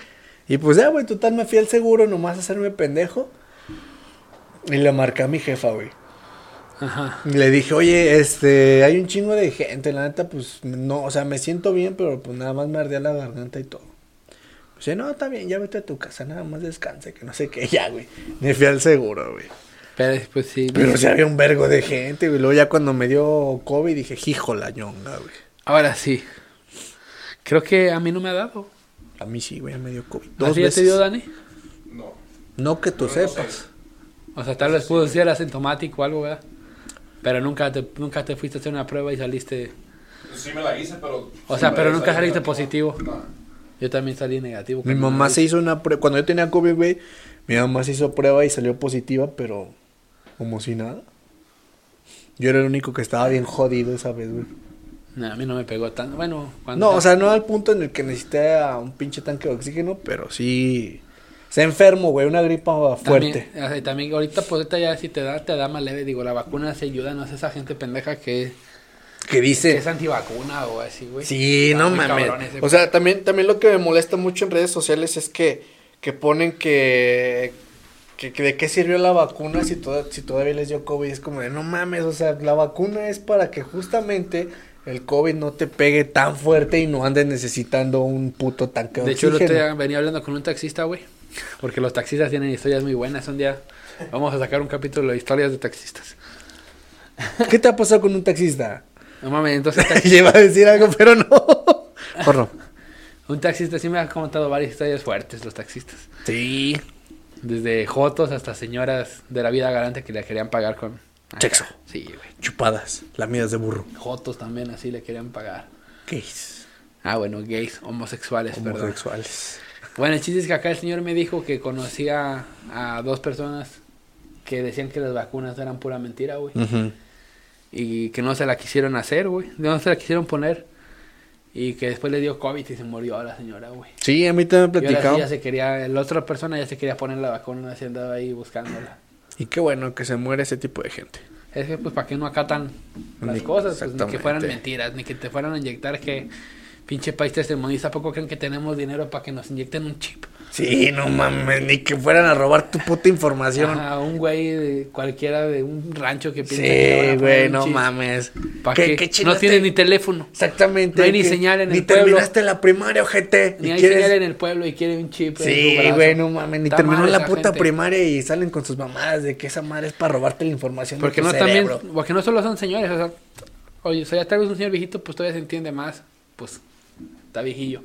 A: Y pues ya, güey, total me fui al seguro nomás a hacerme pendejo. Y le marqué a mi jefa, güey.
B: Ajá.
A: Y Le dije, oye, este, hay un chingo de gente, la neta, pues, no, o sea, me siento bien, pero pues nada más me ardía la garganta y todo. Dice, no, está bien, ya vete a tu casa, nada más descanse, que no sé qué, ya, güey. Me fui al seguro, güey.
B: Pero pues sí.
A: Pero sí había un vergo de gente, güey. Luego ya cuando me dio COVID dije, hijo la ñonga, güey.
B: Ahora sí. Creo que a mí no me ha dado.
A: A mí sí, güey, me dio COVID.
B: ¿A
A: Dos
B: ti ya
A: veces.
B: te dio, Dani?
C: No.
A: No que tú
C: No, no sé.
A: sepas.
B: O sea, tal vez pudo ser asintomático o algo, ¿verdad? Pero nunca te, nunca te fuiste a hacer una prueba y saliste...
C: Sí me la hice, pero.
B: O
C: sí
B: sea,
C: me
B: pero
C: la
B: nunca
C: hice,
B: saliste
C: no.
B: positivo.
C: No.
B: Yo también salí negativo.
A: Mi
B: con
A: mamá se
B: coronavirus.
A: hizo una prueba. Cuando yo tenía COVID, güey, mi mamá se hizo prueba y salió positiva, pero como si nada. Yo era el único que estaba bien jodido esa vez, güey.
B: Nah, a mí no me pegó tanto. Bueno, cuando.
A: No, o sea, no al punto en el que necesité a un pinche tanque de oxígeno, pero sí. Se enfermo, güey, una gripa
B: También-
A: fuerte.
B: o sea, también ahorita, pues ahorita ya si te da, te da más leve. Digo, la vacuna se ayuda, no es esa gente pendeja que,
A: Que
B: que
A: dice.
B: es antivacuna o así, güey.
A: Sí,
B: Está
A: no
B: muy
A: mames.
B: cabrón ese
A: O sea, también, también lo que me molesta mucho en redes sociales es que, que ponen que, que, que de qué sirvió la vacuna si, toda- si todavía les dio COVID. Es como de, no mames, o sea, la vacuna es para que justamente el COVID no te pegue tan fuerte y no andes necesitando un puto tanque de,
B: De hecho, el otro
A: oxígeno.
B: día venía hablando con un taxista, güey. Porque los taxistas tienen historias muy buenas. Un día vamos a sacar un capítulo de historias de taxistas.
A: ¿Qué te ha pasado con un taxista?
B: No mames, entonces
A: Yo iba a decir algo, pero no. Porro.
B: un taxista sí me ha contado varias historias fuertes los taxistas.
A: Sí.
B: Desde jotos hasta señoras de la vida galante que le querían pagar con...
A: Sexo.
B: Sí, güey.
A: Chupadas, lamidas de burro.
B: Jotos también así le querían pagar.
A: Gays.
B: Ah, bueno, gays, homosexuales, perdón.
A: Homosexuales.
B: Bueno, el chiste es que acá el señor me dijo que conocía a dos personas que decían que las vacunas eran pura mentira, güey.
A: Ujú.
B: y que no se la quisieron hacer, güey. No se la quisieron poner. Y que después le dio COVID y se murió la señora, güey.
A: Sí, a mí también me
B: Y ahora sí
A: platicaban.
B: ya se quería, la otra persona ya se quería poner la vacuna, se andaba ahí buscándola.
A: Y qué bueno que se muere ese tipo de gente.
B: Es que, pues, ¿para qué no acatan las
A: Ni-
B: cosas? Pues, ni que fueran
A: exactamente.
B: mentiras, ni que te fueran a inyectar que pinche país tercermundista. ¿A poco creen que tenemos dinero para que nos inyecten un chip?
A: Sí, no mames, ni que fueran a robar tu puta información.
B: A un güey de cualquiera de un rancho que piensa que le van
A: sí,
B: a poner
A: güey,
B: un
A: no
B: chip.
A: mames.
B: ¿Para
A: ¿Qué-
B: qué?
A: qué
B: no
A: chingaste?
B: tienen ni teléfono.
A: Exactamente.
B: No hay ni
A: que-
B: señal en
A: Ni
B: el pueblo.
A: terminaste la primaria, ojete.
B: Ni
A: y
B: hay
A: quieres-
B: señal en el pueblo y quiere un chip. en su
A: Sí,
B: brazo.
A: güey, no mames, ni
B: Está
A: terminó
B: mal
A: la
B: esa
A: puta
B: gente.
A: primaria y salen con sus mamadas de que esa madre es para robarte la información
B: Porque
A: de
B: no
A: tu
B: también,
A: cerebro.
B: porque no solo son señores, o sea, oye, o sea, ya tal vez un señor viejito, pues todavía se entiende más, pues está viejillo.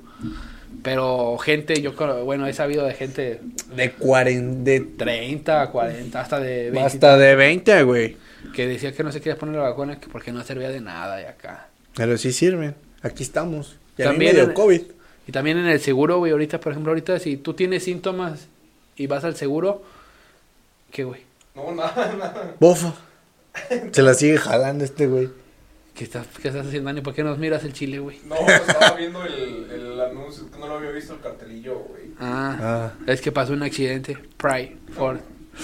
B: Pero gente, yo creo, bueno, he sabido de gente
A: De 40, de
B: 30, 40, hasta de 20,
A: Hasta de 20, güey.
B: que decía que no se quería poner la vacuna que porque no servía de nada y acá.
A: Pero sí sirven. Aquí estamos. Y a
B: También
A: mí me
B: en-
A: dio COVID.
B: Y también en el seguro, güey, ahorita, por ejemplo, ahorita si tú tienes síntomas y vas al seguro, ¿qué, güey?
C: No, nada, nada.
A: Bofo. Se la sigue jalando este güey.
B: ¿Qué estás, ¿Qué estás haciendo, Dani? ¿Por qué nos miras el chile, güey?
C: No, estaba viendo el, el anuncio, es que no lo había visto el cartelillo, güey.
B: Ah,
A: Ah.
B: es que pasó un accidente. Pride, Ford,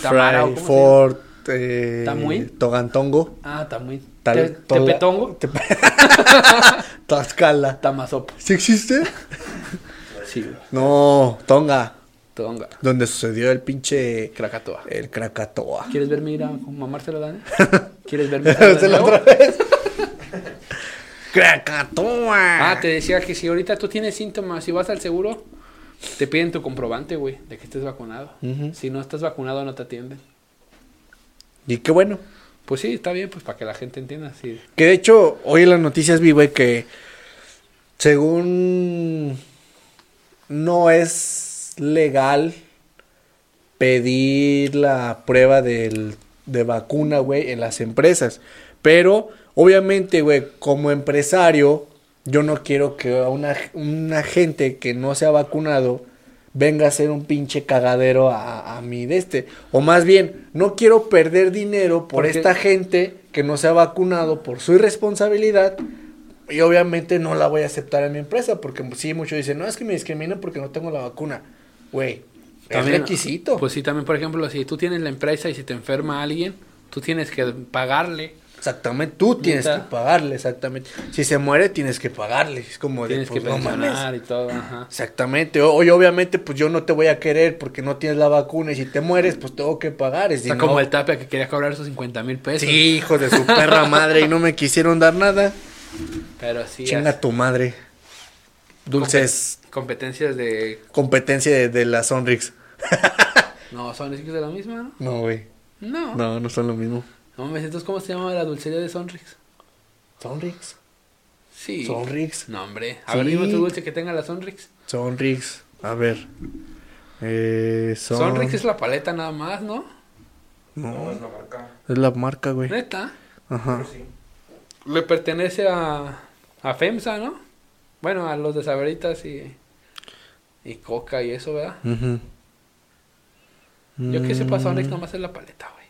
B: Tamara, ¿o
A: Fry,
B: cómo se llama?
A: Ford, eh,
B: ¿Tamuín?
A: Togantongo.
B: Ah, Tamuín.
A: Tal-
B: Te-
A: Tola-
B: Tepetongo.
A: Tep- Tlaxcala.
B: Tamazop.
A: ¿Sí existe?
B: Sí,
A: No, Tonga.
B: Tonga.
A: Donde sucedió el pinche.
B: Krakatoa.
A: El Krakatoa.
B: ¿Quieres verme ir a mamárselo, Dani? ¿Quieres verme hacerlo de
A: Se la
B: nuevo?
A: otra vez. Krakatoa.
B: Ah, te decía que si ahorita tú tienes síntomas y vas al seguro, te piden tu comprobante, güey, de que estés vacunado.
A: Ujú.
B: Si no estás vacunado, no te atienden.
A: Y qué bueno.
B: Pues sí, está bien, pues para que la gente entienda. Sí.
A: Que de hecho, hoy en las noticias vi, güey, que según no es legal pedir la prueba del, de vacuna, güey, en las empresas. Pero, obviamente, güey, como empresario, yo no quiero que a una, una gente que no se ha vacunado venga a hacer un pinche cagadero a, a mi de este. O más bien, no quiero perder dinero por
B: Porque-
A: esta gente que no se ha vacunado por su irresponsabilidad. Y obviamente no la voy a aceptar en mi empresa, porque sí, muchos dicen, no, es que me discriminan porque no tengo la vacuna. Güey, es
B: También,
A: requisito.
B: Pues sí, también, por ejemplo, si tú tienes la empresa y si te enferma alguien, tú tienes que pagarle.
A: Exactamente, tú tienes
B: Neta.
A: que pagarle, exactamente. Si se muere, tienes que pagarle. Es como de,
B: Tienes
A: pues,
B: que
A: no mames.
B: pensionar y todo, ajá.
A: Exactamente, o- hoy obviamente pues yo no te voy a querer porque no tienes la vacuna y si te mueres pues tengo que pagar. Es
B: Está
A: si
B: como
A: no-
B: el Tapia que quería cobrar sus 50 mil pesos.
A: Sí, hijo de su perra madre y no me quisieron dar nada.
B: Pero sí.
A: Chinga
B: hace
A: tu madre. Dulces,
B: Competencias de.
A: competencia de, de la Sonrix.
B: No, Sonrix es de la misma, ¿no?
A: No, güey.
B: No. No,
A: No, no son lo mismo.
B: me siento cómo se llama la dulcería de Sonrix.
A: Sonrix.
B: Sí.
A: Sonrix.
B: No, hombre. A
A: Sí.
B: ver, dime otro dulce que tenga la Sonrix.
A: Sonrix. A ver. Eh, son-
B: Sonrix es la paleta nada más, ¿no?
C: No,
A: No,
C: es la marca.
A: es la marca, güey.
B: Neta.
A: Ajá.
C: Pues Sí.
B: Le pertenece a. a FEMSA, ¿no? Bueno, a los de Saberitas y. Y coca y eso, ¿verdad?
A: Ujú.
B: Yo pues, que sepa,
A: Mm,
B: Sonic nomás es la paleta, güey.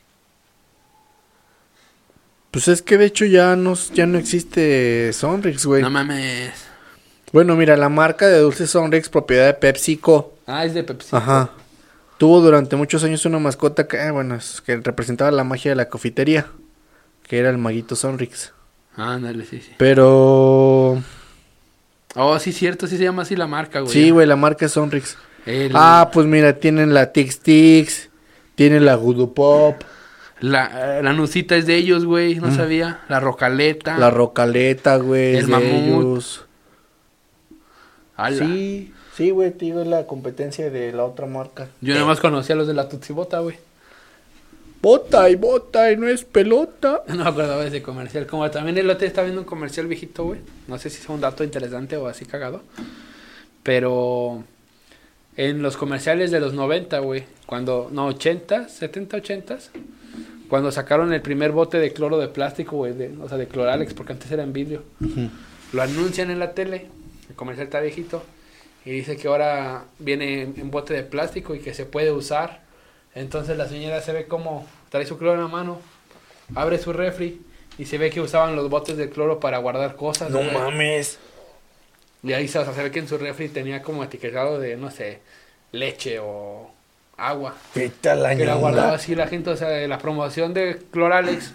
A: Pues es que de hecho ya no, ya no existe Sonrix, güey.
B: No mames.
A: Bueno, mira, la marca de dulces Sonrix, propiedad de PepsiCo.
B: Ah, es de Pepsi.
A: Ajá. Tuvo durante muchos años una mascota que, eh, bueno, es que representaba la magia de la confitería, que era el maguito Sonrix.
B: Ándale, sí, sí.
A: Pero...
B: Oh, sí, cierto, sí se llama así la marca, güey.
A: Sí, güey, la marca es Sonrix.
B: El-
A: Ah, pues mira, tienen la Tix Tix, tienen la Voodoo Pop,
B: La, eh, la nucita es de ellos, güey, no sabía. La rocaleta.
A: Mm. la Rocaleta, güey.
B: Ah. El
A: es de
B: Mamut.
A: ellos.
B: Ala.
A: Sí, sí, güey, te digo, es la competencia de la otra marca.
B: Yo nomás conocía a los de la Tutsibota, güey.
A: Bota y bota y no es pelota.
B: No me acordaba de ese comercial. Como también el otro día estaba viendo un comercial viejito, güey. No sé si es un dato interesante o así cagado. Pero en los comerciales de los 90, güey. Cuando, no, 80, 70, 80. Cuando sacaron el primer bote de cloro de plástico, güey. de- O sea, de cloralex, porque antes era en vidrio. Lo anuncian en la tele. El comercial está viejito. Y dice que ahora viene en en bote de plástico y que se puede usar. Entonces la señora se ve como trae su cloro en la mano, abre su refri y se ve que usaban los botes de cloro para guardar cosas.
A: No
B: güey.
A: mames.
B: Y ahí se, o sea, se ve que en su refri tenía como etiquetado de, no sé, leche o agua.
A: Vete a la
B: Que la
A: ñonga.
B: guardaba así la gente, o sea, de la promoción de Cloralex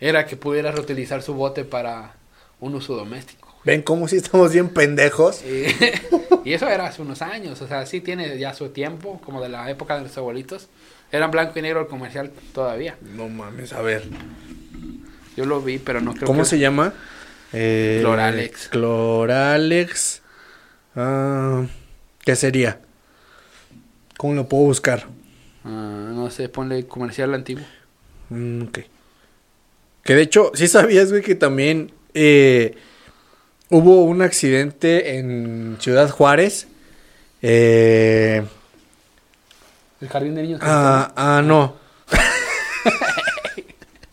B: era que pudieras reutilizar su bote para un uso doméstico.
A: Ven cómo si estamos bien pendejos.
B: Eh, y eso era hace unos años, o sea, sí tiene ya su tiempo, como de la época de los abuelitos. Era en blanco y negro el comercial todavía.
A: No mames, a ver.
B: Yo lo vi, pero no creo
A: ¿Cómo
B: que...
A: se llama? Eh,
B: Cloralex.
A: Cloralex. Ah, ¿Qué sería? ¿Cómo lo puedo buscar?
B: Ah, no sé, ponle comercial antiguo.
A: Mm, ok. Que de hecho, sí sabías, güey, que también eh, hubo un accidente en Ciudad Juárez. Eh,
B: El jardín de niños.
A: ah, ah, no.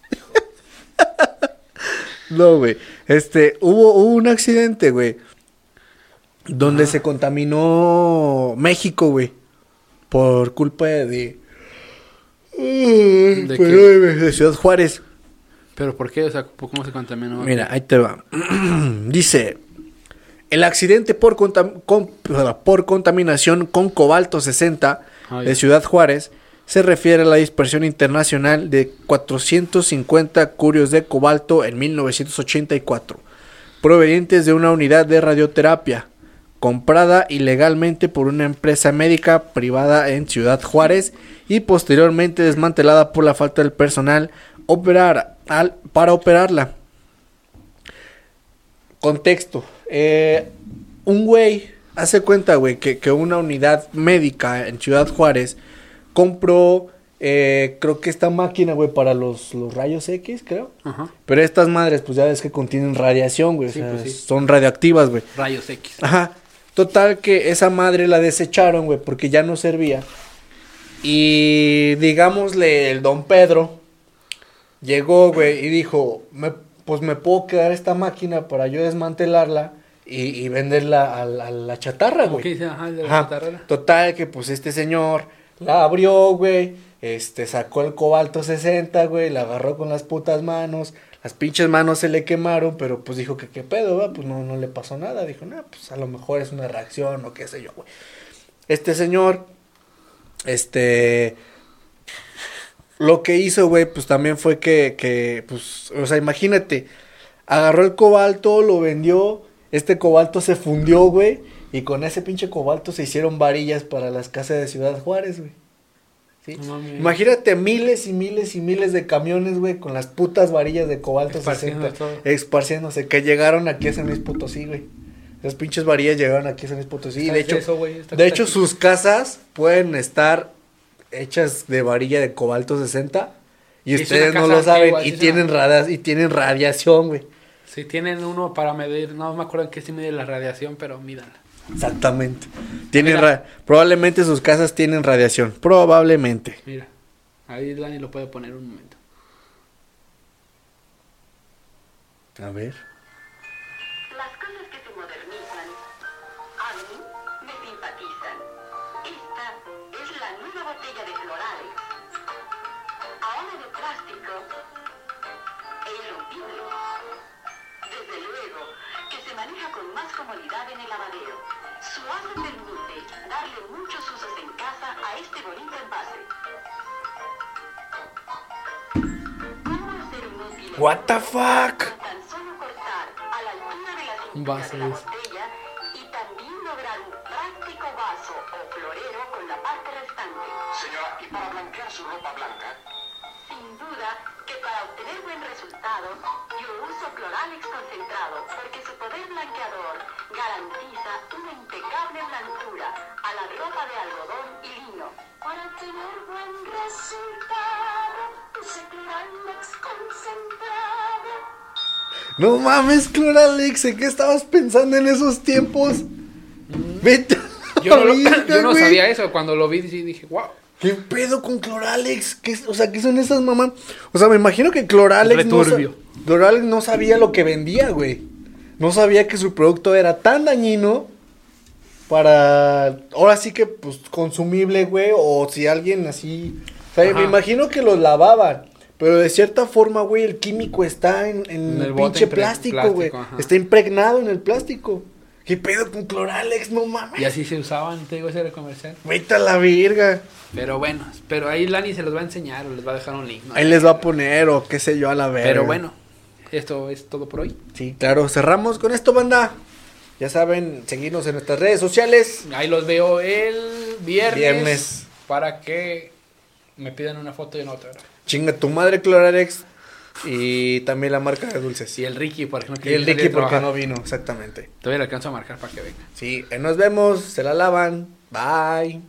A: no, güey. Este, hubo, hubo un accidente, güey. Donde se contaminó México, güey. Por culpa de...
B: ¿De
A: ¿De,
B: qué?
A: de Ciudad Juárez.
B: Pero ¿por qué? O sea, ¿cómo se contaminó?
A: Mira, ahí te va. Dice, el accidente por, contam- con- por contaminación con cobalto 60
B: Ah, ya.
A: de Ciudad Juárez se refiere a la dispersión internacional de 450 curios de cobalto en 1984, provenientes de una unidad de radioterapia comprada ilegalmente por una empresa médica privada en Ciudad Juárez y posteriormente desmantelada por la falta del personal operar al- para operarla. Contexto. Eh, un güey hace cuenta, güey, que, que una unidad médica en Ciudad Juárez compró, eh, creo que esta máquina, güey, para los, los rayos X, creo.
B: Ajá.
A: Pero estas madres, pues ya ves que contienen radiación, güey. o
B: Sí,
A: sea,
B: pues, sí.
A: Son radioactivas, güey.
B: Rayos X.
A: Ajá. Total que esa madre la desecharon, güey, porque ya no servía. Y digámosle, el don Pedro llegó, güey, y dijo, "Me- pues me puedo quedar esta máquina para yo desmantelarla y, y venderla a, la- a la chatarra,
B: ¿Qué
A: güey.
B: dice? Ajá, el de la
A: Ajá.
B: chatarrera.
A: Total que pues este señor la abrió, güey, este sacó el cobalto 60, güey, la agarró con las putas manos, las pinches manos se le quemaron, pero pues dijo que qué pedo, va, pues no, no le pasó nada, dijo, no, pues a lo mejor es una reacción o qué sé yo, güey. Este señor, este, lo que hizo, güey, pues también fue que, que, pues, o sea, imagínate, agarró el cobalto, lo vendió, este cobalto se fundió, güey, y con ese pinche cobalto se hicieron varillas para las casas de Ciudad Juárez, güey. ¿Sí?
B: No mames.
A: Imagínate miles y miles y miles de camiones, güey, con las putas varillas de cobalto
B: Esparciendo
A: 60,
B: todo.
A: esparciéndose, que llegaron aquí a San Luis Potosí, güey. Las pinches varillas llegaron aquí a San Luis Potosí, y de
B: ¿Sabes
A: hecho,
B: eso, güey? Está-
A: de hecho, sus casas pueden estar hechas de varilla de cobalto 60 y,
B: Y es
A: ustedes
B: una
A: no
B: casa
A: lo saben
B: antigua,
A: y
B: sí es
A: tienen,
B: una-
A: radas, y tienen radiación, güey.
B: Sí, tienen uno para medir. No me acuerdo en qué se mide la radiación, pero mídanla.
A: Exactamente. Tienen
B: Mira.
A: ra- probablemente sus casas tienen radiación, probablemente.
B: Mira, ahí Dani lo puede poner un momento.
A: A ver.
D: Las cosas que se modernizan a mí me flipan. cualidad en el lavadero. Suave pelmute, darle muchos usos en casa a este bonito envase. ¿Cómo hacer un útil
E: What the fuck?
D: con tan solo cortar a la altura de la
B: Un
D: cintura
B: vaso
D: de la
B: es.
D: botella y también lograr un práctico vaso o florero con la parte restante?
F: Señora, ¿y para blanquear su ropa blanca?
D: Sin duda que para obtener buen resultado, yo uso Cloralex concentrado porque su poder blanqueador garantiza una impecable blancura a la ropa de algodón y lino. Para tener buen resultado, use Cloralex concentrado.
A: No mames, Cloralex, ¿en qué estabas pensando en esos tiempos? Vete. a la
B: Mm. Yo no, lo-
A: verga,
B: yo no
A: güey.
B: sabía eso. Cuando lo vi, sí dije, wow.
A: ¿Qué pedo con Cloralex? ¿Qué es- o sea, ¿qué son esas mamás? O sea, me imagino que Cloralex no, sa-
B: Returbio.
A: Cloralex no sabía lo que vendía, güey. No sabía que su producto era tan dañino para ahora sí que pues consumible, güey, o si alguien así, o sea,
B: Ajá.
A: me imagino que los lavaban, pero de cierta forma, güey, el químico está en, en
B: En
A: el
B: el bote
A: pinche
B: impre-
A: plástico,
B: plástico,
A: güey.
B: ajá.
A: Está impregnado en el plástico. ¿Qué pedo con Cloralex? No mames.
B: Y así se usaban, te digo, ese era el comercial.
A: Vete a la verga.
B: Pero bueno, pero ahí Lani se los va a enseñar o les va a dejar un link. ¿no?
A: Ahí les va a poner o qué sé yo a la verga.
B: Pero bueno, esto es todo por hoy.
A: Sí, claro, cerramos con esto, banda. Ya saben, seguirnos en nuestras redes sociales.
B: Ahí los veo el viernes.
A: Viernes.
B: Para que me pidan una foto y una otra.
A: Chinga tu madre, Clorarex. Y también la marca de dulces.
B: Y el Ricky, porque no
A: Y el
B: quería salir
A: Ricky
B: a
A: porque
B: trabajar.
A: no vino, exactamente.
B: Todavía le alcanzo a marcar para que venga.
A: Sí, eh, nos vemos, se la lavan. Bye.